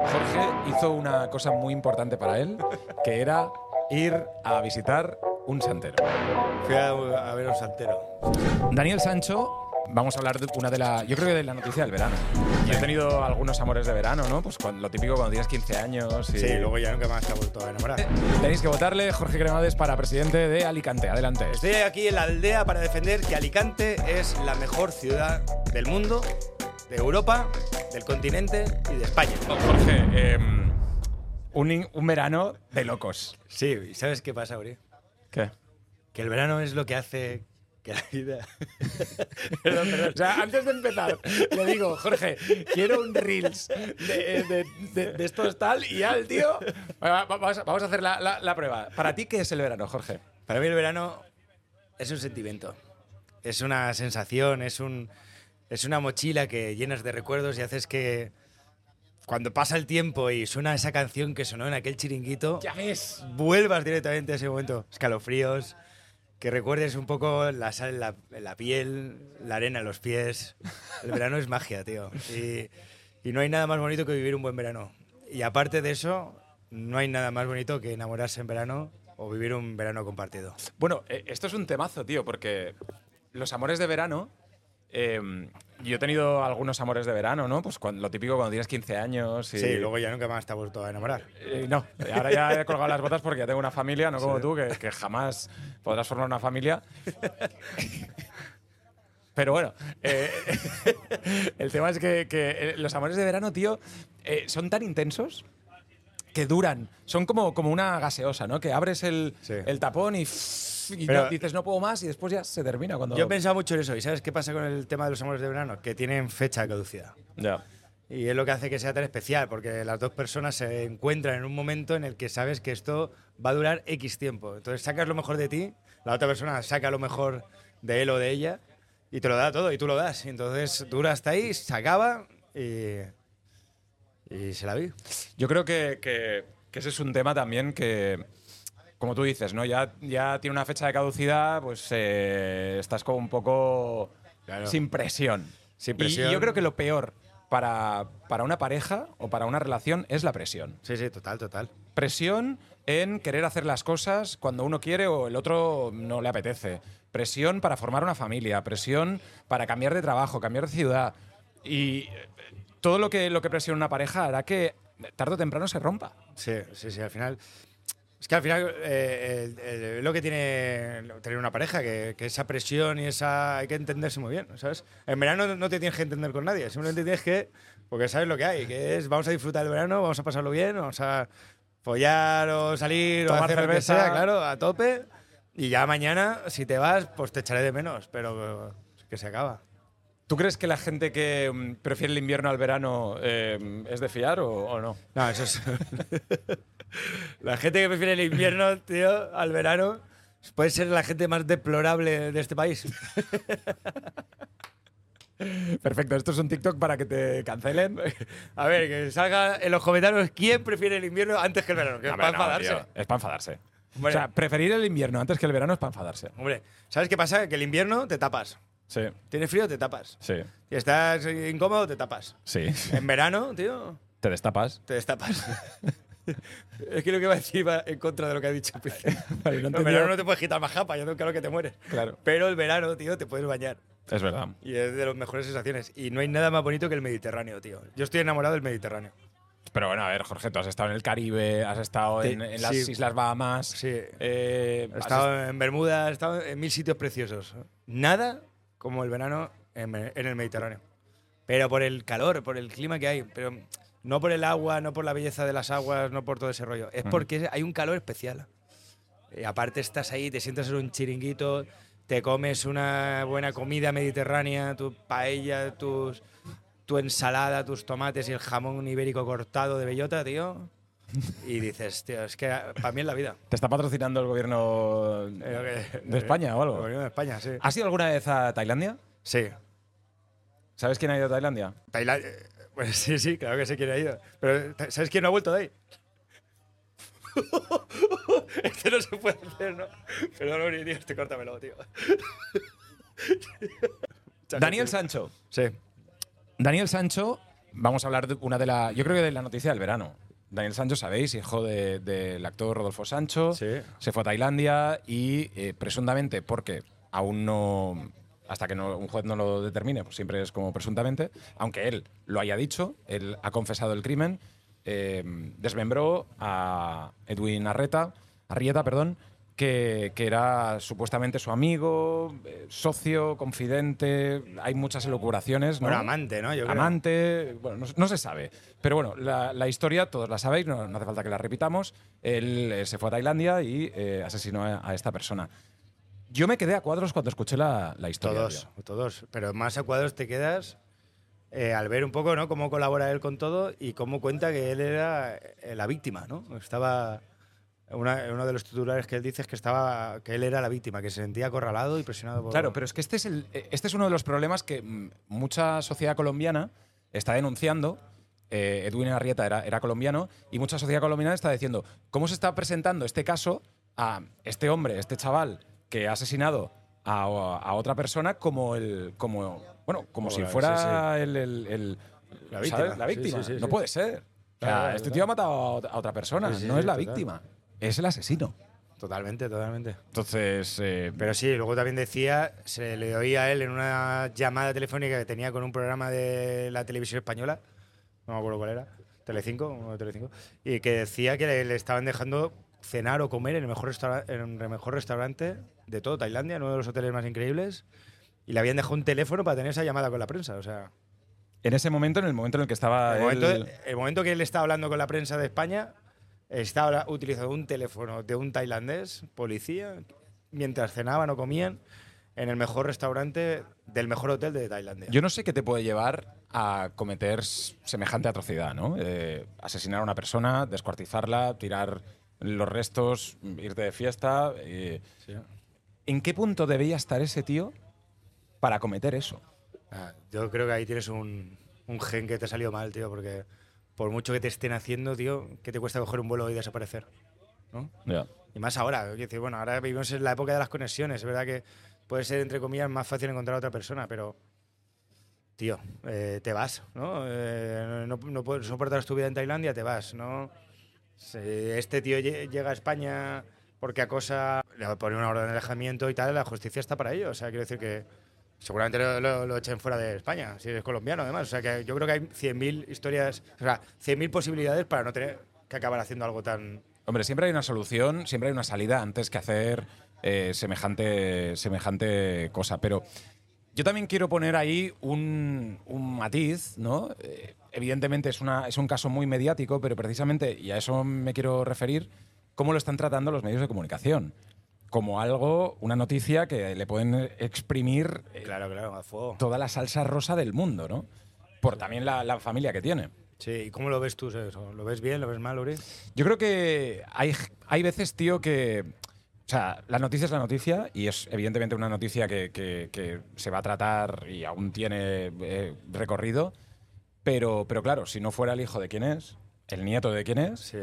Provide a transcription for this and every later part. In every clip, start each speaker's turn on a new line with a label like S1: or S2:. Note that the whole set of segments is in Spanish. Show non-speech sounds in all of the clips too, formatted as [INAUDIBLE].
S1: Jorge hizo una cosa muy importante para él, que era ir a visitar un santero.
S2: Fui a, a ver un santero.
S1: Daniel Sancho, vamos a hablar de una de las. Yo creo que de la noticia del verano. Yo he tenido algunos amores de verano, ¿no? Pues cuando- lo típico cuando tienes 15 años y.
S2: Sí, luego ya nunca más se ha vuelto a enamorar.
S1: Tenéis que votarle Jorge Cremades para presidente de Alicante. Adelante.
S2: Estoy aquí en la aldea para defender que Alicante es la mejor ciudad del mundo, de Europa, del continente y de España.
S1: Jorge, em, un, in- un verano de locos.
S2: Sí, ¿y sabes qué pasa, Uri?
S1: ¿Qué?
S2: Que el verano es lo que hace que la vida. [LAUGHS]
S1: O sea, antes de empezar, le digo, Jorge, quiero un Reels de, eh, de- de- de estos tal y al tío. Va- va- Vamos a, vamos a hacer la, la- la prueba. ¿Para ti qué es el verano, Jorge?
S2: Para mí el verano es un sentimiento, es una sensación, es, un, es una mochila que llenas de recuerdos y haces que cuando pasa el tiempo y suena esa canción que sonó en aquel chiringuito,
S1: ves.
S2: vuelvas directamente a ese momento. Escalofríos, que recuerdes un poco la sal en la, en la piel, la arena en los pies. El verano es magia, tío. Y, y no hay nada más bonito que vivir un buen verano. Y aparte de eso, no hay nada más bonito que enamorarse en verano o vivir un verano compartido.
S1: Bueno, eh, esto es un temazo, tío, porque los amores de verano. eh, yo he tenido algunos amores de verano, ¿no? Pues cuando- lo típico cuando tienes 15 años y.
S2: Sí, luego ya nunca más te has vuelto a enamorar.
S1: Eh, no, ahora ya he colgado las botas porque ya tengo una familia, no como tú, que, que jamás podrás formar una familia. Pero bueno, eh, [LAUGHS] el tema es que, que, eh, los amores de verano, tío, eh, son tan intensos que duran. Son como, como una gaseosa, ¿no? Que abres el,
S2: Sí.
S1: el tapón y, f- y
S2: Pero-
S1: ya dices no puedo más y después ya se termina cuando...
S2: Yo he pensado mucho en eso. ¿Y sabes qué pasa con el tema de los amores de verano? Que tienen fecha de caducidad.
S1: Ya.
S2: Y es lo que hace que sea tan especial, porque las dos personas se encuentran en un momento en el que sabes que esto va a durar X tiempo. Entonces sacas lo mejor de ti, la otra persona saca lo mejor de él o de ella, y te lo da todo, y tú lo das. Y Entonces dura hasta ahí, se acaba y, y se la vi.
S1: Yo creo que, que- que ese es un tema también que, como tú dices, ¿no? Ya, ya tiene una fecha de caducidad, pues eh, estás como un poco
S2: Claro.
S1: sin presión. Y-
S2: Sin
S1: Y,
S2: presión.
S1: yo creo que lo peor para, para una pareja o para una relación es la presión.
S2: Sí, sí, total, total.
S1: Presión en querer hacer las cosas cuando uno quiere o el otro no le apetece. Presión para formar una familia, presión para cambiar de trabajo, cambiar de ciudad. Y eh, todo lo que, lo que presiona una pareja hará que tarde o temprano se rompa.
S2: Sí, sí, sí, al final. Es que al final eh, el- el- lo que tiene tener una pareja, que, que esa presión y esa. Hay que entenderse muy bien, ¿sabes? En verano no te tienes que entender con nadie, simplemente tienes que. Porque sabes lo que hay, que es vamos a disfrutar del verano, vamos a pasarlo bien, vamos a follar o salir o
S1: Tomar
S2: hacer lo que
S1: cerveza.
S2: sea, claro, a tope. Y ya mañana, si te vas, pues te echaré de menos, pero eh, que se acaba.
S1: ¿Tú crees que la gente que mm, prefiere el invierno al verano eh, es de fiar o, o no?
S2: No, eso es. [LAUGHS] la gente que prefiere el invierno, tío, al verano, puede ser la gente más deplorable de este país.
S1: Perfecto, esto es un TikTok para que te [LAUGHS] cancelen.
S2: A ver, que salga en los comentarios quién prefiere el invierno antes que el verano, que es para enfadarse.
S1: Es para enfadarse.
S2: Hombre.
S1: O sea, preferir el invierno antes que el verano es para enfadarse.
S2: Hombre, ¿sabes qué pasa? Que el invierno te tapas.
S1: Sí,
S2: Tienes frío, te tapas.
S1: sí,
S2: Y estás incómodo, te tapas.
S1: sí.
S2: En verano, tío,
S1: Te destapas.
S2: te destapas. [LAUGHS] es que lo que iba a decir va en contra de lo que ha dicho. al principio.
S1: Vale, no
S2: en
S1: entendía.
S2: verano no te puedes quitar más japa, ya tengo claro que te mueres.
S1: Claro.
S2: Pero el verano, tío, te puedes bañar.
S1: Es verdad.
S2: Y es de las mejores sensaciones. Y no hay nada más bonito que el Mediterráneo, tío. Yo estoy enamorado del Mediterráneo.
S1: Pero bueno, a ver, Jorge, tú has estado en el Caribe, has estado
S2: Sí,
S1: en, en las
S2: sí.
S1: Islas Bahamas.
S2: Sí.
S1: eh,
S2: He
S1: has
S2: estado en Bermuda, he estado en mil sitios preciosos. Nada como el verano en, Me- en el Mediterráneo. Pero por el calor, por el clima que hay. Pero no por el agua, no por la belleza de las aguas, no por todo ese rollo. Es porque hay un calor especial. Y aparte estás ahí, te sientas en un chiringuito, te comes una buena comida mediterránea, tu paella, tus, tu ensalada, tus tomates y el jamón ibérico cortado de bellota, tío. Y dices, tío, es que para mí es la vida.
S1: ¿Te está patrocinando el gobierno
S2: Eh, lo que-
S1: de España o
S2: El
S1: algo?
S2: gobierno de España, sí.
S1: ¿Has ido alguna vez a Tailandia?
S2: Sí.
S1: ¿Sabes quién ha ido a Tailandia?
S2: Tailandia. Pues sí, sí, claro que sé quién ha ido. Pero ta- ¿sabes quién no ha vuelto de ahí? [LAUGHS] Esto Este no se puede hacer, ¿no? Perdón, Uri, tío, este córtamelo, tío.
S1: Daniel Sancho.
S2: Sí.
S1: Daniel Sancho, vamos a hablar de una de la. Yo creo que de la noticia del verano. Daniel Sancho, sabéis, hijo de- del actor Rodolfo Sancho,
S2: Sí.
S1: se fue a Tailandia y eh, presuntamente, porque aún no. Hasta que no- un juez no lo determine, pues siempre es como presuntamente, aunque él lo haya dicho, él ha confesado el crimen, eh, desmembró a Edwin Arreta, Arrieta, perdón, que, que era supuestamente su amigo, eh, socio, confidente. Hay muchas elocuraciones. ¿no?
S2: Bueno, amante, ¿no? Yo creo.
S1: amante, bueno, no, no se sabe. Pero bueno, la, la historia todos la sabéis, no, no hace falta que la repitamos. Él eh, se fue a Tailandia y eh, asesinó a, a esta persona. Yo me quedé a cuadros cuando escuché la, la historia.
S2: Todos,
S1: tío.
S2: todos. Pero más a cuadros te quedas eh, al ver un poco ¿no? cómo colabora él con todo y cómo cuenta que él era eh, la víctima, ¿no? Estaba. una- uno de los titulares que él dice es que estaba. que él era la víctima, que se sentía acorralado y presionado por.
S1: Claro, pero es que este es, el, eh, este es uno de los problemas que mm, mucha sociedad colombiana está denunciando. Eh, Edwin Arrieta era, era colombiano y mucha sociedad colombiana está diciendo cómo se está presentando este caso a este hombre, este chaval que ha asesinado a, a otra persona como el como bueno como
S2: Como
S1: si
S2: la- sí,
S1: fuera el, el- el- ¿sabes?
S2: La víctima.
S1: La
S2: Sí,
S1: víctima.
S2: sí, sí,
S1: no
S2: sí.
S1: puede ser. O sea,
S2: Claro,
S1: este
S2: total.
S1: tío ha matado a ot- a otra persona,
S2: Sí, sí,
S1: no
S2: sí,
S1: es la
S2: total.
S1: víctima, es el asesino.
S2: Totalmente, totalmente.
S1: Entonces, eh,
S2: Pero sí, luego también decía, se le oía a él en una llamada telefónica que tenía con un programa de la televisión española, no me acuerdo cuál era, Telecinco, uno de Telecinco, y que decía que le, le estaban dejando cenar o comer en el mejor restaura- en el mejor restaurante de todo Tailandia, en uno de los hoteles más increíbles, y le habían dejado un teléfono para tener esa llamada con la prensa, o sea,
S1: en ese momento, en el momento en Ah, el que estaba
S2: el momento,
S1: él-
S2: el momento que él está hablando con la prensa de España, está habla- utilizando un teléfono de un tailandés, policía, mientras cenaban o comían en el mejor restaurante del mejor hotel de Tailandia.
S1: Yo no sé qué te puede llevar a cometer s- semejante atrocidad, ¿no? Eh, asesinar a una persona, descuartizarla, tirar los restos, mm, irte de fiesta. eh. ¿En qué punto debía estar ese tío para cometer eso?
S2: Ah, yo creo que ahí tienes un, un gen que te ha salido mal, tío, porque por mucho que te estén haciendo, tío, ¿qué te cuesta coger un vuelo y desaparecer? ¿No? Y más ahora, quiero decir, bueno, ahora vivimos en la época de las conexiones, es verdad que puede ser, entre comillas, más fácil encontrar a otra persona, pero, tío, eh, te vas, ¿no? Eh, no, no puedes soportar tu vida en Tailandia, te vas, ¿no? Si este tío lle- llega a España porque acosa, le pone una orden de alejamiento y tal, la justicia está para ello, o sea, quiero decir que seguramente lo, lo- lo echen fuera de España, si eres colombiano además, o sea, que yo creo que hay 100.000 historias, o sea, 100.000 posibilidades para no tener que acabar haciendo algo tan
S1: Hombre, siempre hay una solución, siempre hay una salida antes que hacer eh, semejante, semejante cosa. Pero yo también quiero poner ahí un, un matiz, ¿no? Eh, evidentemente es, una, es un caso muy mediático, pero precisamente, y a eso me quiero referir, cómo lo están tratando los medios de comunicación. Como algo, una noticia que le pueden exprimir eh,
S2: Claro, claro, a fuego.
S1: toda la salsa rosa del mundo, ¿no? Por también la- la familia que tiene.
S2: Sí, ¿y cómo lo ves tú eso? ¿Lo ves bien? ¿Lo ves mal, Uri?
S1: Yo creo que hay, hay veces, tío, que. O sea, la noticia es la noticia y es evidentemente una noticia que, que- que se va a tratar y aún tiene eh, recorrido. Pero, pero claro, si no fuera el hijo de quién es, el nieto de quién es,
S2: Sí.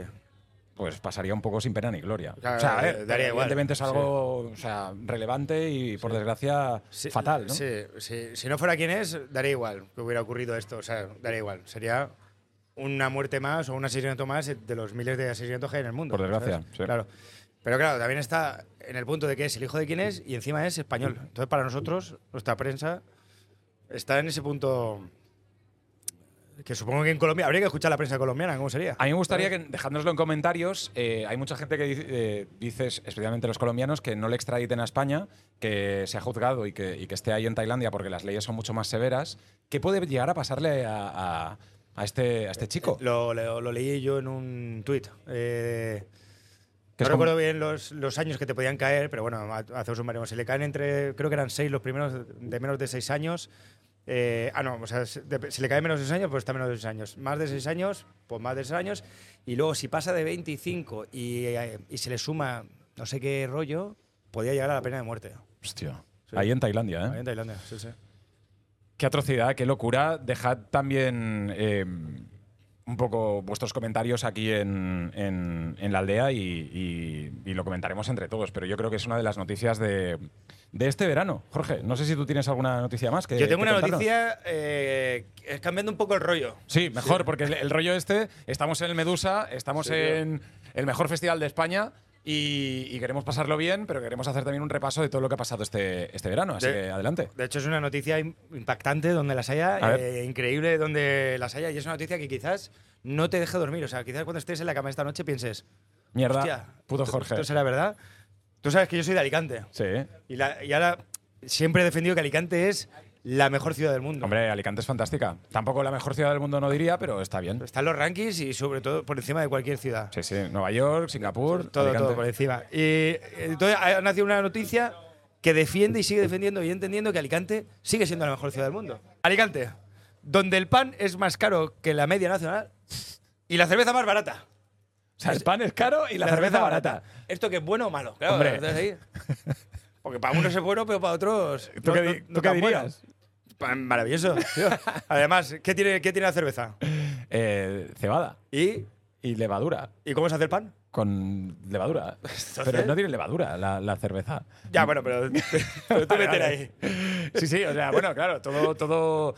S1: pues pasaría un poco sin pena ni gloria.
S2: Claro,
S1: o sea, a
S2: eh,
S1: ver,
S2: daría
S1: pero
S2: igual,
S1: evidentemente es
S2: sí.
S1: algo o sea, relevante y, por desgracia, fatal, ¿no?
S2: Sí, sí. Si no fuera quien es, daría igual que hubiera ocurrido esto. O sea, daría igual. Sería una muerte más o un asesinato más de los miles de asesinatos que hay en el mundo.
S1: Por desgracia,
S2: ¿sabes?
S1: sí.
S2: Claro. Pero claro, también está en el punto de que es el hijo de quién es y encima es español. Entonces, para nosotros, nuestra prensa está en ese punto que supongo que en Colombia habría que escuchar la prensa colombiana, ¿cómo sería?
S1: A mí me gustaría que dejárnoslo en comentarios. eh, hay mucha gente que dice, eh, dices, especialmente los colombianos, que no le extraditen a España, que sea juzgado y que, y que esté ahí en Tailandia porque las leyes son mucho más severas. ¿Qué puede llegar a pasarle a, a- a este, a este chico?
S2: Eh, Lo, lo- lo leí yo en un tuit. Eh,
S1: Que
S2: no
S1: es como-
S2: recuerdo bien los, los años que te podían caer, pero bueno, a, hace un submarino. Se le caen entre, creo que eran seis los primeros de menos de seis años. Eh, ah, no, o sea, se, de- si le cae menos de seis años, pues está menos de seis años. Más de seis años, pues más de seis años. Y luego, si pasa de 25 y, eh, y se le suma no sé qué rollo, podía llegar a la pena de muerte.
S1: Hostia,
S2: Sí.
S1: Ahí en Tailandia, ¿eh?
S2: Ahí En Tailandia, sí, sí.
S1: Qué atrocidad, qué locura. Dejad también eh, un poco vuestros comentarios aquí en, en- en la aldea y, y- y lo comentaremos entre todos. Pero yo creo que es una de las noticias de, de este verano. Jorge, no sé si tú tienes alguna noticia más. Que,
S2: Yo tengo
S1: que
S2: una
S1: contarnos.
S2: noticia eh, que- cambiando un poco el rollo.
S1: Sí, mejor, porque el, el rollo este, estamos en el Medusa, estamos
S2: Sí, tío.
S1: en el mejor festival de España y, y queremos pasarlo bien, pero queremos hacer también un repaso de todo lo que ha pasado este, este verano. Así
S2: De-
S1: que adelante.
S2: De hecho, es una noticia im- impactante donde las
S1: A
S2: haya,
S1: ver.
S2: eh, increíble donde las haya, y es una noticia que quizás no te deje dormir. O sea, quizás cuando estés en la cama esta noche pienses,
S1: Mierda,
S2: hostia,
S1: puto
S2: esto-
S1: Jorge.
S2: Esto será verdad. Tú sabes que yo soy de Alicante.
S1: Sí.
S2: Y, la- y ahora siempre he defendido que Alicante es la mejor ciudad del mundo.
S1: Hombre, Alicante es fantástica. Tampoco la mejor ciudad del mundo no diría, pero está bien.
S2: Están los rankings y sobre todo por encima de cualquier ciudad.
S1: Sí, sí. Nueva York, Singapur,
S2: Todo,
S1: Alicante.
S2: todo por encima. Y eh, entonces ha nacido una noticia que defiende y sigue defendiendo y entendiendo que Alicante sigue siendo la mejor ciudad del mundo. Alicante, donde el pan es más caro que la media nacional y la cerveza más barata.
S1: O sea, el pan es caro y la, cerveza, barata.
S2: ¿Esto que es bueno o malo? Claro,
S1: Hombre.
S2: entonces ahí- Porque para unos es bueno, pero para otros.
S1: ¿Tú
S2: no-
S1: qué,
S2: no-
S1: di-
S2: no
S1: tú qué
S2: tan bueno.
S1: dirías?
S2: Pa- Maravilloso. tío. Además, ¿qué tiene, ¿qué tiene la cerveza?
S1: Eh, cebada
S2: ¿Y,
S1: y levadura.
S2: ¿Y cómo se hace el pan?
S1: Con levadura. Pero no tiene levadura la, la cerveza.
S2: Ya, bueno, pero,
S1: [LAUGHS]
S2: pero tú
S1: Vale,
S2: meter
S1: vale.
S2: ahí.
S1: Sí, sí, o sea, bueno, claro, todo, todo.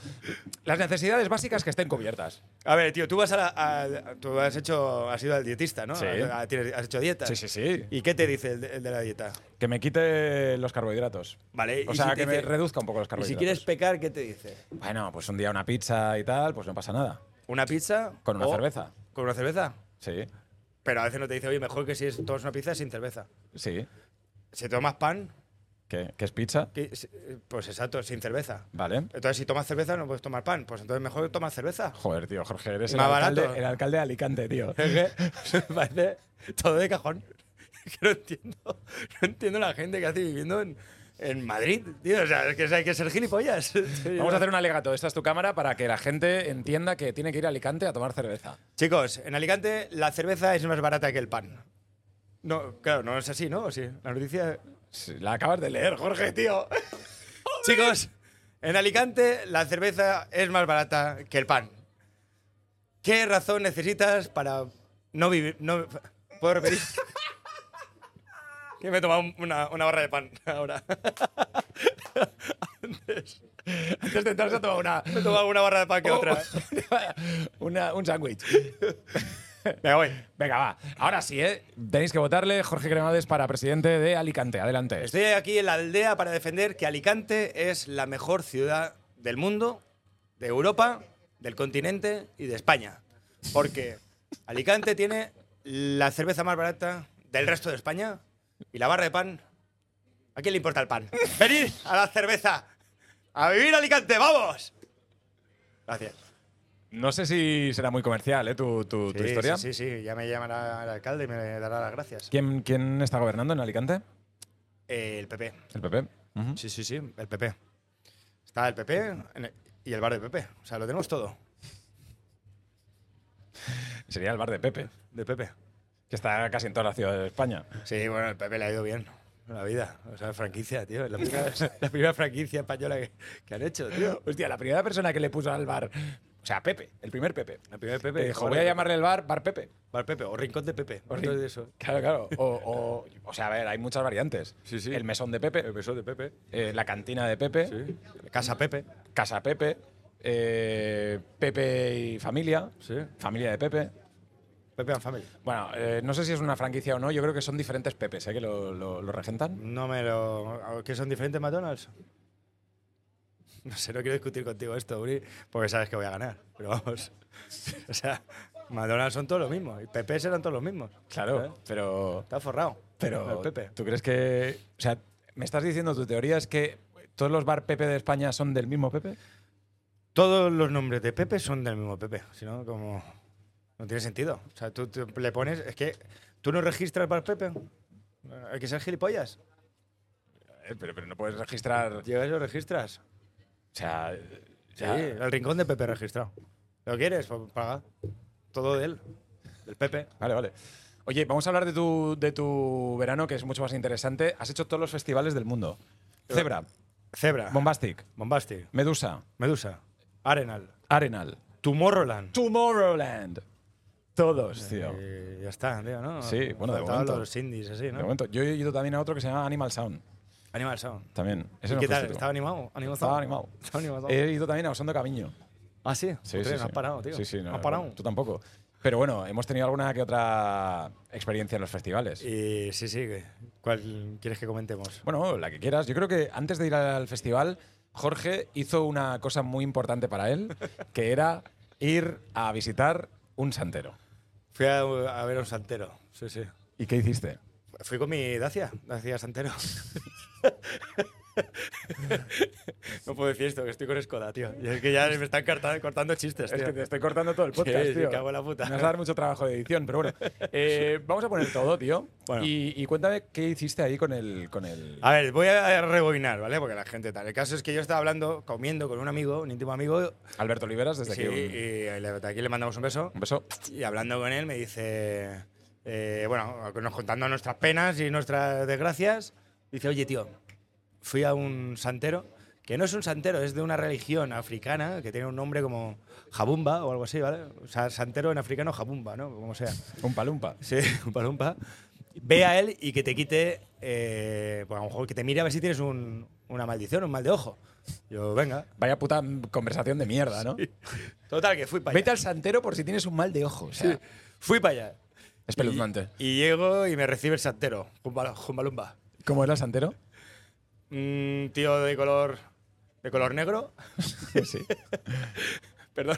S1: Las necesidades básicas que estén cubiertas.
S2: A ver, tío, tú vas a la. a- tú has hecho. Has ido al dietista, ¿no?
S1: Sí.
S2: Ah, tienes- Has, hecho dieta.
S1: Sí, sí, sí.
S2: ¿Y qué te dice el de, el de la dieta?
S1: Que me quite los carbohidratos.
S2: Vale,
S1: O
S2: y
S1: sea,
S2: si te
S1: que me
S2: dice-
S1: reduzca un poco los
S2: Y
S1: carbohidratos.
S2: si quieres pecar, ¿qué te dice?
S1: Bueno, pues un día una pizza y tal, pues no pasa nada.
S2: ¿Una pizza?
S1: Con una
S2: o-
S1: cerveza.
S2: ¿Con una cerveza?
S1: Sí,
S2: Pero a veces no te dice, oye, mejor que si es, tomas una pizza sin cerveza.
S1: sí.
S2: Si tomas pan,
S1: ¿Qué, qué es pizza?
S2: que- si- eh, pues exacto, sin cerveza.
S1: Vale.
S2: Entonces, si tomas cerveza, no puedes tomar pan. Pues entonces mejor tomas cerveza.
S1: Joder, tío, Jorge, eres el
S2: Más
S1: alcalde,
S2: barato.
S1: el alcalde de Alicante, [LAUGHS] tío.
S2: Es que me [LAUGHS] parece todo de cajón. [LAUGHS] Que no entiendo, no entiendo la gente que hace viviendo en, en Madrid, tío. O sea, es que hay que ser gilipollas. [LAUGHS]
S1: Vamos a hacer un alegato. Esta es tu cámara para que la gente entienda que tiene que ir a Alicante a tomar cerveza.
S2: Chicos, en Alicante la cerveza es más barata que el pan. No, claro, no es así, ¿no? ¿O sí? La noticia...
S1: Sí, La acabas de leer, Jorge, tío.
S2: Chicos, en Alicante la cerveza es más barata que el pan. ¿Qué razón necesitas para no vivir... No...
S1: [LAUGHS]
S2: ¿Puedo repetir? que me he tomado una, una barra de pan ahora.
S1: [LAUGHS]
S2: [LAUGHS]
S1: Antes de entrarse a tomar una.
S2: Me he tomado una barra de pan que
S1: Oh.
S2: otra.
S1: [LAUGHS] una- un sándwich.
S2: Me voy.
S1: Venga, va. Ahora sí, ¿eh? Tenéis que votarle Jorge Cremades para presidente de Alicante. Adelante.
S2: Estoy aquí en la aldea para defender que Alicante es la mejor ciudad del mundo, de Europa, del continente y de España. Porque Alicante tiene la cerveza más barata del resto de España y la barra de pan. ¿A quién le importa
S1: [LAUGHS]
S2: el pan? ¡Venid a la cerveza! ¡A vivir Alicante! ¡Vamos! Gracias.
S1: No sé si será muy comercial, ¿eh? Tu, tu- tu
S2: Sí,
S1: historia.
S2: Sí, sí, sí, ya me llamará el alcalde y me dará las gracias.
S1: ¿Quién, quién está gobernando en Alicante?
S2: El PP.
S1: El PP. Ujú.
S2: Sí, sí, sí, el PP. Está el PP en el- y el bar del PP. O sea, lo tenemos todo.
S1: Sería el bar de Pepe,
S2: De PP.
S1: que está casi en toda la ciudad de España.
S2: Sí, bueno, el PP le ha ido bien. La vida. O sea, franquicia, tío. Es la primera, es [LAUGHS] la primera franquicia española que, que han hecho, tío.
S1: Hostia, la primera persona que le puso al bar. O sea, Pepe, el primer Pepe.
S2: La primera
S1: Que
S2: PP.
S1: dijo, voy a llamarle el bar Bar Pepe.
S2: Bar Pepe o Rincón de Pepe.
S1: O
S2: todo
S1: rin-
S2: de eso.
S1: Claro, claro. O, o- o sea, a ver, hay muchas variantes.
S2: Sí, sí.
S1: El mesón de Pepe,
S2: beso de Pepe.
S1: eh, la cantina de Pepe,
S2: Casa Pepe.
S1: casa Pepe, eh, Pepe y familia,
S2: Sí.
S1: familia de Pepe.
S2: Pepe and Family.
S1: Bueno, eh, no sé si es una franquicia o no, yo creo que son diferentes Pepes ¿eh? que lo, lo- lo regentan.
S2: No me lo. ¿Qué son diferentes McDonald's? No sé, no quiero discutir contigo esto, Uri, porque sabes que voy a ganar. Pero vamos. [LAUGHS] O sea, McDonald's son todos los mismos. Y Pepe serán todos los mismos.
S1: Claro, ¿Eh? pero,
S2: Está forrado.
S1: pero
S2: El Pepe.
S1: ¿tú crees que... O sea, me estás diciendo tu teoría es que todos los bar Pepe de España son del mismo Pepe?
S2: Todos los nombres de Pepe son del mismo Pepe. Si no, como. No tiene sentido. O sea, tú, tú le pones. Es que. ¿Tú no registras para Pepe? Hay que ser gilipollas.
S1: Eh, Pero, pero no puedes registrar... O
S2: Llegas y lo registras.
S1: sea...
S2: Sí,
S1: ya-
S2: el rincón de Pepe registrado. ¿Lo quieres? Pues Paga. Todo de él. Del Pepe.
S1: Vale, vale. Oye, vamos a hablar de tu, de tu verano, que es mucho más interesante. Has hecho todos los festivales del mundo. Zebra,
S2: Zebra.
S1: Bombastic,
S2: Bombastic.
S1: Medusa,
S2: Medusa. Arenal.
S1: Arenal,
S2: Tomorrowland.
S1: Tomorrowland. Todos, tío.
S2: Eh, ya está, tío, ¿no?
S1: Sí, bueno, de
S2: Faltaban
S1: momento.
S2: los indies, así,
S1: De
S2: ¿no?
S1: momento, yo he ido también a otro que se llama Animal Sound.
S2: Animal Sound.
S1: También. Ese
S2: ¿Y
S1: no
S2: ¿Qué
S1: fuiste
S2: tal?
S1: tú.
S2: ¿Estaba animado? ¿Animado
S1: Estaba animado.
S2: Estaba animado.
S1: He ido también a Osando Camiño.
S2: ah, sí.
S1: Sí,
S2: Joder,
S1: sí,
S2: no
S1: sí.
S2: has parado, tío.
S1: Sí, sí,
S2: no,
S1: no,
S2: has parado.
S1: bueno, Tú tampoco. Pero bueno, hemos tenido alguna que otra experiencia en los festivales.
S2: Y Eh, sí, sí. que- ¿Cuál quieres que comentemos?
S1: Bueno, la que quieras. Yo creo que antes de ir al festival, Jorge hizo una cosa muy importante para [LAUGHS] él, que era ir a visitar un santero.
S2: Fui a, a ver a un santero. Sí, sí.
S1: ¿Y qué hiciste?
S2: Fui con mi Dacia, Dacia Santero. [LAUGHS] no puedo decir esto, que estoy con Escoda, tío. Y es que ya me están corta- cortando chistes, tío.
S1: estoy cortando todo el
S2: Sí, sí, cago en la puta.
S1: Me vas a dar mucho trabajo de edición, pero bueno. [LAUGHS] Eh, vamos a poner todo, tío.
S2: Bueno.
S1: Y, y cuéntame qué hiciste ahí con el... Con el...
S2: A ver, voy a rebobinar, ¿vale? Porque la gente tal. El caso es que yo estaba hablando, comiendo con un amigo, un íntimo amigo.
S1: Alberto Oliveras, desde
S2: Sí,
S1: aquí. un-
S2: y le- de aquí le mandamos un beso.
S1: Un beso.
S2: Y hablando con él me dice, eh, bueno, nos contando nuestras penas y nuestras desgracias, dice, oye tío, fui a un santero, que no es un santero, es de una religión africana que tiene un nombre como Jabumba o algo así, ¿vale? O sea, santero en africano Jabumba, ¿no? Como sea.
S1: Un palumpa.
S2: [LAUGHS] Sí, un palumpa. Ve a él y que te quite, eh, pues a lo mejor que te mire a ver si tienes un- una maldición, un mal de ojo. Yo, venga.
S1: Vaya puta conversación de mierda, ¿no?
S2: Total, que fui para
S1: Vete
S2: allá.
S1: al santero por si tienes un mal de ojo. O sea,
S2: Fui para allá.
S1: Espeluznante.
S2: Y, y llego y me recibe el santero, Jumba- Jumbalumba.
S1: ¿Cómo era el santero?
S2: Un tío de color, de color negro,
S1: [LAUGHS]
S2: [LAUGHS]
S1: sí.
S2: perdón.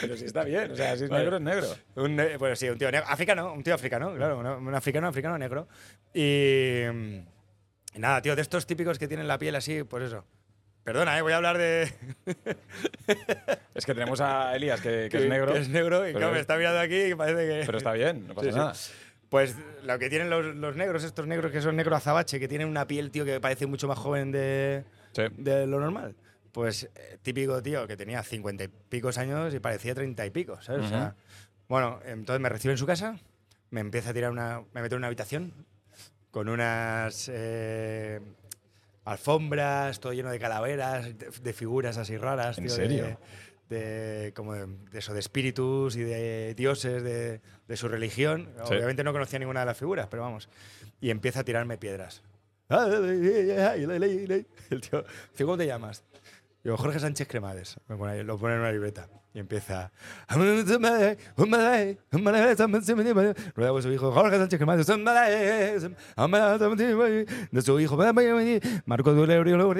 S1: Pero si está bien, o sea, si es
S2: Vale.
S1: negro es negro.
S2: Un, ne- bueno, sí, un tío negro. Africano, un tío africano, claro, una- un africano, africano negro. Y, mm, y nada, tío, de estos típicos que tienen la piel así, pues eso. Perdona, eh, voy a hablar de.
S1: Es que tenemos a Elías que, que es negro,
S2: [LAUGHS] que es negro y
S1: Pero
S2: claro, me
S1: es-
S2: está mirando aquí y parece que.
S1: pero está bien, no pasa
S2: Sí, sí.
S1: nada.
S2: Pues lo que tienen los, los negros, estos negros que son negro azabache, que tienen una piel, tío, que parece mucho más joven de,
S1: Sí.
S2: de lo normal. Pues eh, típico tío que tenía cincuenta y picos años y parecía treinta y pico, ¿sabes? O sea, bueno, entonces me recibe en su casa, me empieza a tirar una. me mete en una habitación con unas. eh, alfombras, todo lleno de calaveras, de, de figuras así raras.
S1: ¿En
S2: tío,
S1: serio?
S2: De, de- como de, de eso, de espíritus y de dioses de, de su religión.
S1: Sí.
S2: Obviamente no conocía ninguna de las figuras, pero vamos. Y empieza a tirarme piedras. El tío, tío, ¿cómo te llamas? Yo, Jorge Sánchez Cremades. Me pone ahí, lo pone en una libreta. Y empieza. Rueda por su hijo, Jorge Sánchez Cremades. De su hijo, Marco Dulerio.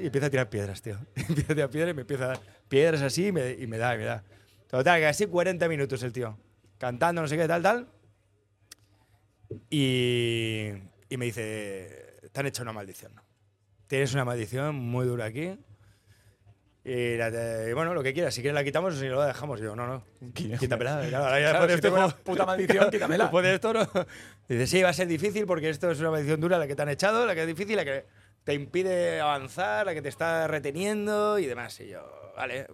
S2: Y empieza a tirar piedras, tío. [LAUGHS] Empieza a tirar piedras y me empieza a dar piedras así y me, y me da, y me da. Total, que así 40 minutos el tío. Cantando, no sé qué, tal, tal. Y, y me dice, te han hecho una maldición. Tienes una maldición muy dura aquí. Y, la te- y bueno, lo que quieras, si quieres la quitamos o si no la dejamos. Y yo, no, no,
S1: Qui-
S2: quítamela. Claro, ahora ya
S1: Claro,
S2: después de
S1: si
S2: esto
S1: tengo
S2: no-
S1: una
S2: [LAUGHS]
S1: puta maldición, quítamela.
S2: Después de esto no. Dice, sí, va a ser difícil porque esto es una maldición dura, la que te han echado, la que es difícil, la que te impide avanzar, la que te está reteniendo y demás. Y yo, vale,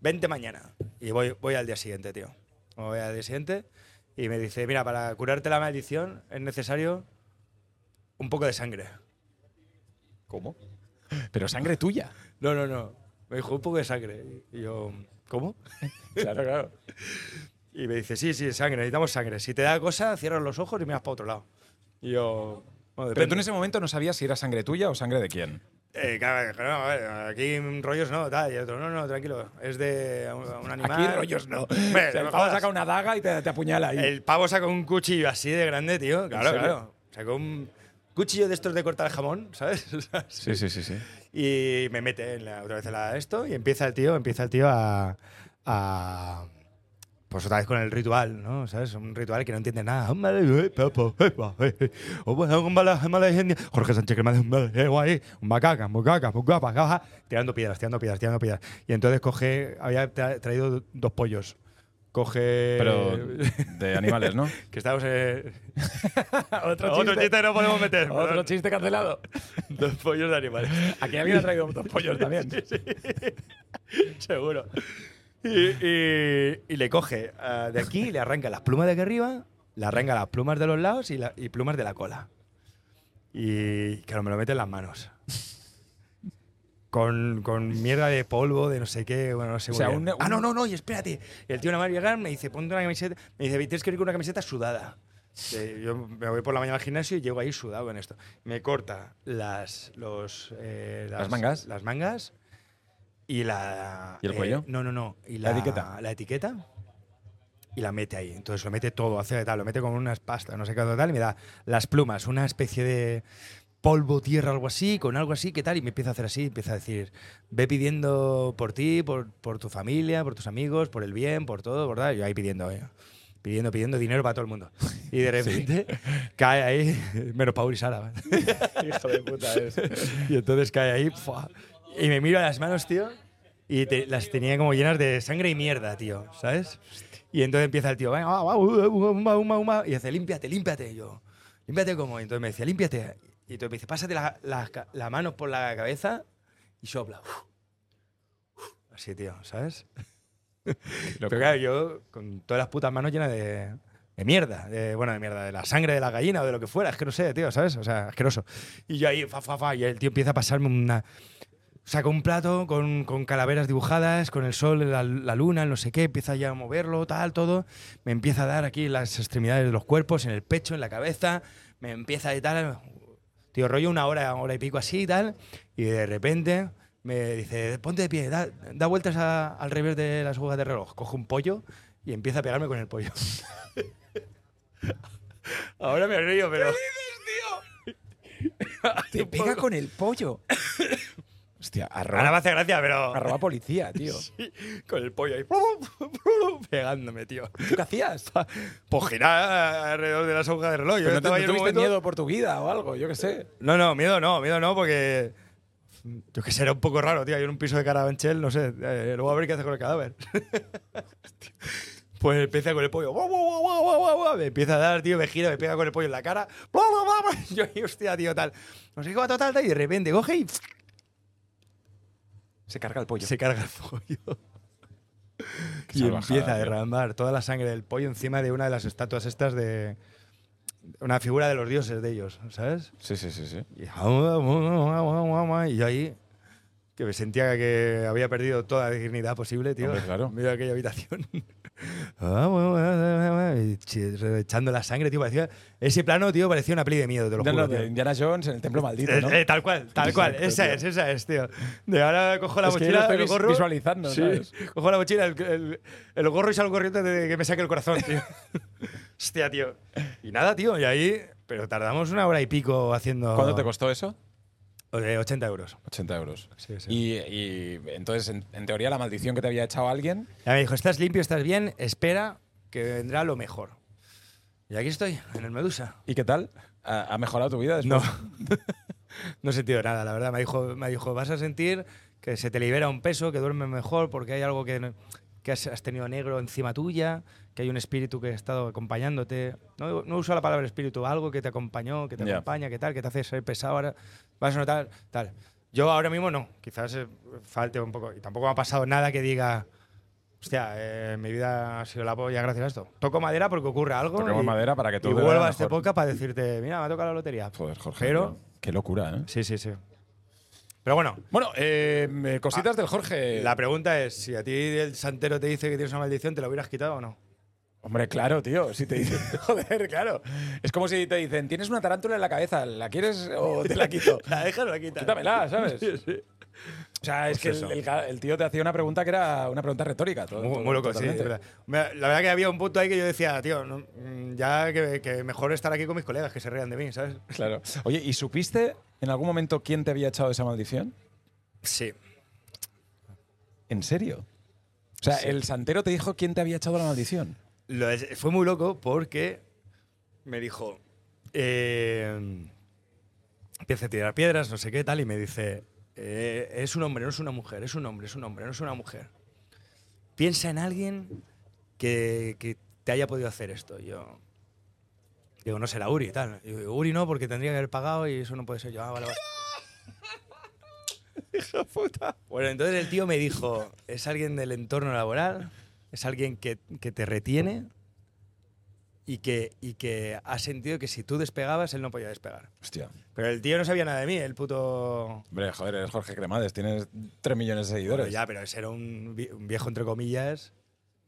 S2: vente mañana. Y voy, voy al día siguiente, tío. Voy al día siguiente y me dice, mira, para curarte la maldición es necesario un poco de sangre.
S1: ¿Cómo? Pero sangre tuya.
S2: No, no, no. Me dijo, un poco de sangre. Y yo, ¿cómo?
S1: Claro, claro.
S2: Y me dice, sí, sí, sangre, necesitamos sangre. Si te da cosa, cierras los ojos y miras para otro lado. Y yo... bueno,
S1: Pero tú en
S2: depende.
S1: ese momento no sabías si era sangre tuya o sangre de quién.
S2: Eh, claro, claro, a ver, aquí rollos no, tal, y otro, no, no, tranquilo, es de un, un animal.
S1: Aquí rollos no.
S2: [LAUGHS] Hombre,
S1: O sea,
S2: no
S1: el pavo
S2: me jodas.
S1: saca una daga y te, te apuñala ahí.
S2: El pavo saca un cuchillo así de grande, tío, claro,
S1: serio?
S2: claro. Sacó un cuchillo de estos de cortar jamón, ¿sabes? [LAUGHS] O sea,
S1: Sí, sí, sí, sí.
S2: Eh, y me mete en la- otra vez en la esto y empieza el tío, empieza el tío a, a- pues otra vez con el ritual, ¿no? ¿Sabes? Un ritual que no entiende nada. "Oh, eh, pues, Jorge Sánchez que me hace un mal- eh, guay, un macaca, un macaca, un guapa, guapa, tirando piedras, tirando piedras, tirando piedras. Y entonces coge, había tra- traído dos pollos. Coge [LAUGHS]
S1: Pero de animales, ¿no?
S2: que estamos en
S1: [LAUGHS] otro
S2: que no podemos meter.
S1: Otro chiste cancelado.
S2: dos pollos de animales.
S1: Aquí había traído dos pollos también.
S2: [LAUGHS] Seguro. Y, y- y le coge ah, de aquí, le arranca las plumas de aquí arriba, le arranca las plumas de los lados y, la- y plumas de la cola. Y claro, me lo mete en las manos. con, con mierda de polvo, de no sé qué, bueno, no sé.
S1: O
S2: muy
S1: sea,
S2: bien.
S1: un-
S2: Ah, no, no, no, y espérate. Y el tío Navarro llegar me dice, ponte una camiseta. Me dice, tienes que ir con una camiseta sudada. Eh, Yo me voy por la mañana al gimnasio y llego ahí sudado en esto. Me corta las, los, eh,
S1: ¿Las mangas?
S2: Las mangas. Y la.
S1: ¿Y el
S2: eh,
S1: cuello?
S2: no, no, no. Y
S1: La
S2: la,
S1: etiqueta.
S2: La etiqueta. Y la mete ahí. Entonces lo mete todo, hace tal, lo mete con unas pastas, no sé qué tal, y me da las plumas, una especie de polvo, tierra, algo así, con algo así, ¿qué tal? Y me empieza a hacer así, empieza a decir, ve pidiendo por ti, por, por tu familia, por tus amigos, por el bien, por todo, por tal. Yo ahí pidiendo, eh, pidiendo, pidiendo dinero para todo el mundo. Y
S1: [LAUGHS]
S2: de repente cae ahí, [LAUGHS] menos Paul y Sara. Hijo de puta es. [LAUGHS] Y entonces cae ahí, ¡fua! y me miro a las manos, tío, y te- las tenía como llenas de sangre y mierda, tío, ¿sabes? Y entonces empieza el tío, venga, va, va, uh, uh, uma, uma, uma", y dice, límpiate, límpiate. Y yo, límpiate como. Y entonces me decía, límpiate. Y entonces me dice, pásate la- las ca- las manos por la cabeza y sopla. Así, tío, ¿sabes? Pero [LAUGHS] claro, yo con todas las putas manos llenas de, de mierda. de- bueno, de mierda, de la sangre de la gallina o de lo que fuera. Es que no sé, tío, ¿sabes? O sea, asqueroso. Y yo ahí, fa, fa, fa. Y el tío empieza a pasarme una. Saca un plato con, con calaveras dibujadas, con el sol, la, la luna, el no sé qué. Empieza ya a moverlo, tal, todo. Me empieza a dar aquí las extremidades de los cuerpos, en el pecho, en la cabeza. Me empieza a tal. Tío, rollo una hora, hora y pico así y tal. Y de repente me dice, ponte de pie, da, da vueltas a- al revés de las agujas de reloj. Coge un pollo y empieza a pegarme con el pollo. [LAUGHS] Ahora me río, pero...
S1: Te pega con el pollo. Hostia,
S2: Ahora me
S1: arroba,
S2: hace gracia, pero...
S1: arroba policía, tío.
S2: Con el pollo ahí. Pegándome, tío.
S1: ¿Tú qué hacías?
S2: Pues girar alrededor de las agujas de reloj. Yo
S1: Pero no, te- no
S2: estaba ahí en un
S1: tuviste
S2: momento-
S1: miedo por tu vida o algo, yo qué sé.
S2: No, no, miedo no, miedo no, porque. Yo que sé, era un poco raro, tío. Yo en un piso de Carabanchel, no sé. eh, luego a ver qué hace con el cadáver. [LAUGHS] pues empieza con el pollo. guau, guau, guau, guau, guau, guau, Me empieza a dar, tío, me gira, me pega con el pollo en la cara. bla, bla, bla, bla. [LAUGHS] Yo ahí, hostia, tío, tal. No sé qué va tal, tal, tal, y de repente coge y
S1: Se carga el pollo.
S2: se carga el pollo.
S1: [LAUGHS] Qué
S2: y
S1: salvajada,
S2: empieza a
S1: tío.
S2: derramar toda la sangre del pollo encima de una de las estatuas estas de. Una figura de los dioses de ellos, ¿sabes?
S1: Sí, sí, sí, sí.
S2: Y "Ah, yo ahí, que me sentía que había perdido toda dignidad posible, tío.
S1: Hombre,
S2: [LAUGHS]
S1: claro.
S2: En medio de aquella habitación. Ah, Y chi- Echando la sangre, tío. Parecía, ese plano, tío, parecía una peli de miedo, te lo
S1: No,
S2: juro.
S1: no, de
S2: tío.
S1: Indiana Jones en el templo maldito,
S2: Eh,
S1: ¿no?
S2: eh, tal cual, tal cual.
S1: Exacto,
S2: esa
S1: tío.
S2: es, esa es, tío. De ahora cojo la
S1: Es que yo lo
S2: mochila,
S1: estoy
S2: el
S1: vis-
S2: gorro.
S1: visualizando,
S2: sí,
S1: ¿sabes?
S2: Cojo la mochila, el, el- el gorro y salgo corriendo de que me saque el corazón,
S1: [LAUGHS]
S2: tío. Hostia, tío. Y nada, tío, y ahí. Pero tardamos una hora y pico haciendo.
S1: ¿Cuánto te costó eso?
S2: Eh, 80 euros.
S1: 80 Ah. euros.
S2: Sí, sí.
S1: Y, y entonces, en, en teoría, la maldición que te había echado alguien.
S2: Ya me dijo, estás limpio, estás bien, espera que vendrá lo mejor. Y aquí estoy, en el Medusa.
S1: ¿Y qué tal? ¿Ha, ha mejorado tu vida
S2: No,
S1: después?
S2: no he sentido nada, la verdad. Me dijo, me dijo, vas a sentir que se te libera un peso, que duermes mejor, porque hay algo que, no- que has, has tenido negro encima tuya, que hay un espíritu que ha estado acompañándote. No, no uso la palabra espíritu, algo que te acompañó, que te
S1: Ya.
S2: acompaña, que tal, que te hace ser pesado, ahora vas a notar tal. Yo ahora mismo no, quizás eh, falte un poco. Y tampoco me ha pasado nada que diga, hostia, eh, mi vida ha sido la polla gracias a esto. Toco madera porque ocurra algo.
S1: Toquemos
S2: y-
S1: madera para que todo
S2: Y
S1: te vaya
S2: vuelva a este
S1: mejor.
S2: podcast para decirte, mira, me ha tocado la lotería.
S1: Joder, Jorge.
S2: Pero-
S1: tío. Qué locura, ¿eh?
S2: Sí, sí, sí. Pero bueno,
S1: Bueno, eh, eh, cositas del Jorge.
S2: la pregunta es, si a ti el santero te dice que tienes una maldición, ¿te la hubieras quitado o no?
S1: Hombre, claro, tío. Si te dicen, [LAUGHS] joder, claro. Es como si te dicen, tienes una tarántula en la cabeza, ¿la quieres o te la quito?
S2: [LAUGHS] La dejas o la quitas. [LAUGHS]
S1: Quítamela, ¿sabes? O sea, es que el,
S2: Pues eso.
S1: el ca- el tío te hacía una pregunta que era una pregunta retórica. todo-
S2: Muy,
S1: todo-
S2: muy loco, sí.
S1: totalmente.
S2: es verdad. Me- La verdad que había un punto ahí que yo decía, tío, no, mm, ya que, que mejor estar aquí con mis colegas, que se rean de mí, ¿sabes?
S1: Claro. Oye, ¿y supiste en algún momento quién te había echado esa maldición?
S2: Sí.
S1: ¿En serio? O sea, el santero te dijo quién te había echado la
S2: [LAUGHS]
S1: maldición.
S2: Lo es- fue muy loco porque me dijo, eh, empieza a tirar piedras, no sé qué tal, y me dice, eh, es un hombre, no es una mujer, es un hombre, es un hombre, no es una mujer. Piensa en alguien que, que te haya podido hacer esto. Y Yo digo, no será Uri y tal. Y yo digo, Uri no, porque tendría que haber pagado y eso no puede ser yo. Ah, vale, vale. Hija puta. Bueno, entonces el tío me dijo, es alguien del entorno laboral, es alguien que, que te retiene y que, y que ha sentido que si tú despegabas, él no podía despegar.
S1: Hostia.
S2: Pero el tío no sabía nada de mí, el puto.
S1: Hombre, joder, eres Jorge Cremades, tienes 3 millones de
S2: Bueno,
S1: seguidores.
S2: ya, pero ese era un vi- un viejo, entre comillas.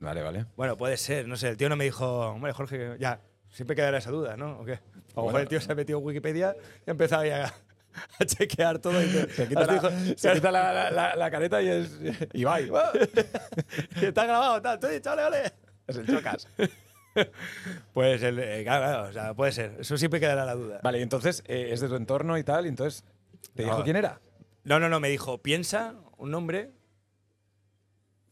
S1: Vale,
S2: [LAUGHS]
S1: vale.
S2: Bueno, puede ser, no sé, el tío no me dijo, hombre, Jorge, que- ya, siempre quedará esa duda, ¿no? ¿O qué? A lo mejor
S1: Bueno.
S2: el tío se ha metido en Wikipedia y ha empezado ahí a, [LAUGHS] a chequear todo. Y te,
S1: Se quita,
S2: has
S1: la,
S2: dijo,
S1: se quita la- la- la- la careta y
S2: [LAUGHS]
S1: es Ibai. [LAUGHS]
S2: Está grabado, tal, tú, chale, ole.
S1: es el chocas.
S2: Pues, el, eh, claro, claro, o sea, puede ser, eso siempre quedará la duda.
S1: Vale, y entonces eh, es de tu entorno y tal, y entonces te dijo
S2: No.
S1: quién era.
S2: No, no, no, me dijo, piensa un nombre.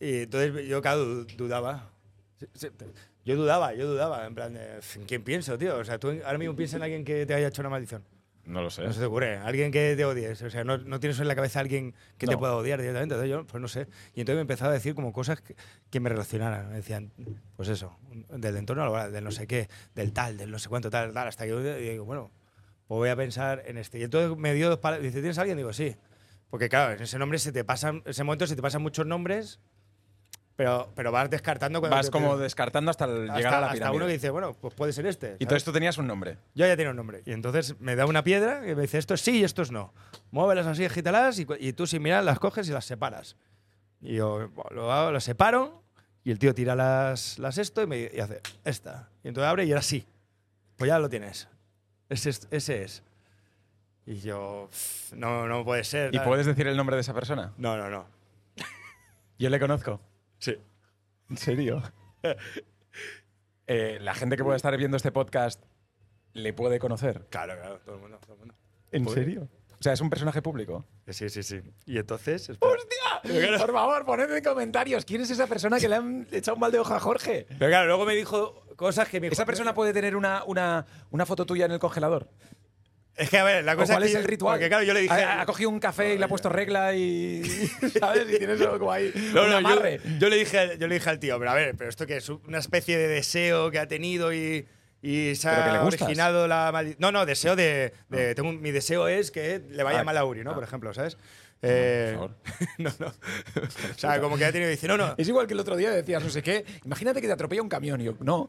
S2: Y entonces yo, claro, du- dudaba. Sí, sí, te- Yo dudaba, yo dudaba, en plan, de, "Pf, ¿en quién pienso, tío? O sea, tú ahora mismo piensa en alguien que te haya hecho una maldición.
S1: No lo sé.
S2: No se te ocurre. Alguien que te odies. O sea, no, no tienes en la cabeza a alguien que te
S1: No.
S2: pueda odiar directamente. Entonces yo, pues no sé. Y entonces me empezaba a decir como cosas que, que me relacionaran. Me decían, pues eso, del entorno laboral, del no sé qué, del tal, del no sé cuánto, tal, tal. Hasta que yo digo, bueno, pues voy a pensar en este. Y entonces me dio dos palabras. Dice, ¿tienes a alguien? Digo, sí. Porque claro, en ese nombre se te pasan, en ese momento se te pasan muchos nombres, pero, pero vas descartando cuando
S1: Vas
S2: te-
S1: como descartando hasta el
S2: hasta,
S1: llegar a la
S2: hasta uno que
S1: pirámide.
S2: dice, bueno, pues puede ser este.
S1: Y
S2: ¿sabes?
S1: entonces tú tenías un nombre.
S2: Yo ya tenía un nombre. Y entonces me da una piedra y me dice, estos sí y estos no. Muévelas así, agítalas y, cu- y tú sin mirar las coges y las separas. Y yo bueno, lo, hago, lo separo y el tío tira las, las esto y me y hace esta. Y entonces abre y era así. Pues ya lo tienes. Ese es. Ese es. Y yo, "Pff, no, no puede ser.
S1: ¿Y
S2: tal".
S1: puedes decir el nombre de esa persona?
S2: No, no, no.
S1: Yo le conozco.
S2: Sí.
S1: ¿En serio? Eh, la gente que puede estar viendo este podcast le puede conocer.
S2: Claro, claro, todo el mundo. Todo el mundo.
S1: ¿En
S2: Joder.
S1: serio? O sea, es un personaje público.
S2: Sí, sí, sí. Y entonces. espera.
S1: ¡Hostia! Por favor, poned en comentarios quién es esa persona que le han echado un mal de hoja a Jorge.
S2: Pero claro, luego me dijo cosas que me
S1: Esa persona puede tener una, una, una foto tuya en el congelador.
S2: Es que, a ver, la
S1: ¿O
S2: cosa
S1: ¿Cuál
S2: es,
S1: es
S2: que yo-
S1: el ritual?
S2: Porque claro, yo le dije.
S1: Ha, ha cogido un café y le ha puesto regla [LAUGHS] y. ¿Sabes? Y tienes algo como ahí.
S2: No,
S1: un
S2: no, yo,
S1: amarre.
S2: yo le dije, al- yo le dije al tío, pero a ver, pero esto que es una especie de deseo que ha tenido y, y se
S1: Pero que le
S2: ha
S1: gustas.
S2: originado la maldi- No, no, deseo de. de- tengo un- mi deseo es que le vaya
S1: Ah,
S2: mal a Uri, ¿no?
S1: ah.
S2: Por ejemplo, ¿sabes? Eh,
S1: por favor.
S2: [LAUGHS] no, no. o sea, como que ha tenido. Dice,
S1: [LAUGHS]
S2: no, no.
S1: Es igual que el otro día decías, no sé qué, imagínate que te atropella un camión. Y yo, no.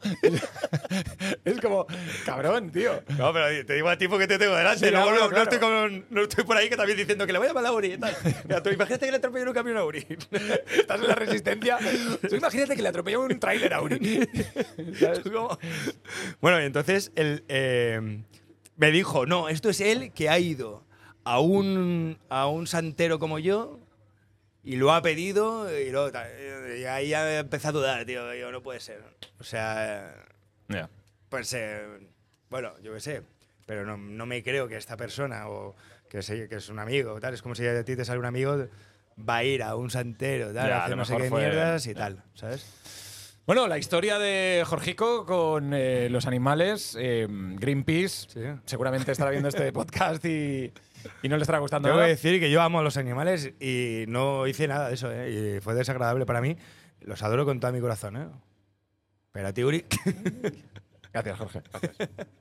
S1: [LAUGHS] es como, cabrón, tío.
S2: No, pero te digo al tipo que te tengo delante.
S1: Sí,
S2: no,
S1: ah, bueno,
S2: no- no
S1: claro.
S2: estoy con- no estoy por ahí que también diciendo que le vaya mal a Uri
S1: [LAUGHS]
S2: y tal. Mira, tú imagínate que le atropelló un camión a Uri.
S1: Estás en la resistencia. Tú imagínate que le atropella un tráiler a
S2: [LAUGHS]
S1: Uri. ¿Sabes?
S2: ¿Cómo? Bueno, y entonces él eh, me dijo, no, esto es él que ha ido a un, a un santero como yo y lo ha pedido y, luego ta- y ahí ya empecé a dudar, tío, yo no puede ser. O sea, pues, eh, bueno, yo qué sé, pero no, no me creo que esta persona o que, se- que es un amigo, o tal, es como si a ti te sale un amigo, va a ir a un santero, tal,
S1: Ya,
S2: a
S1: a
S2: hacer
S1: lo
S2: no sé
S1: mejor
S2: qué
S1: fue-
S2: mierdas y tal, ¿sabes?
S1: Bueno, la historia de Jorgico con eh, los animales, eh, Greenpeace,
S2: Sí.
S1: seguramente estará viendo este podcast y, y no le estará gustando
S2: Tengo que
S1: nada.
S2: decir que yo amo a los animales y no hice nada de eso, ¿eh? Y fue desagradable para mí. Los adoro con todo mi corazón, ¿eh? Pero a ti, Uri,
S1: Gracias, Jorge. Gracias.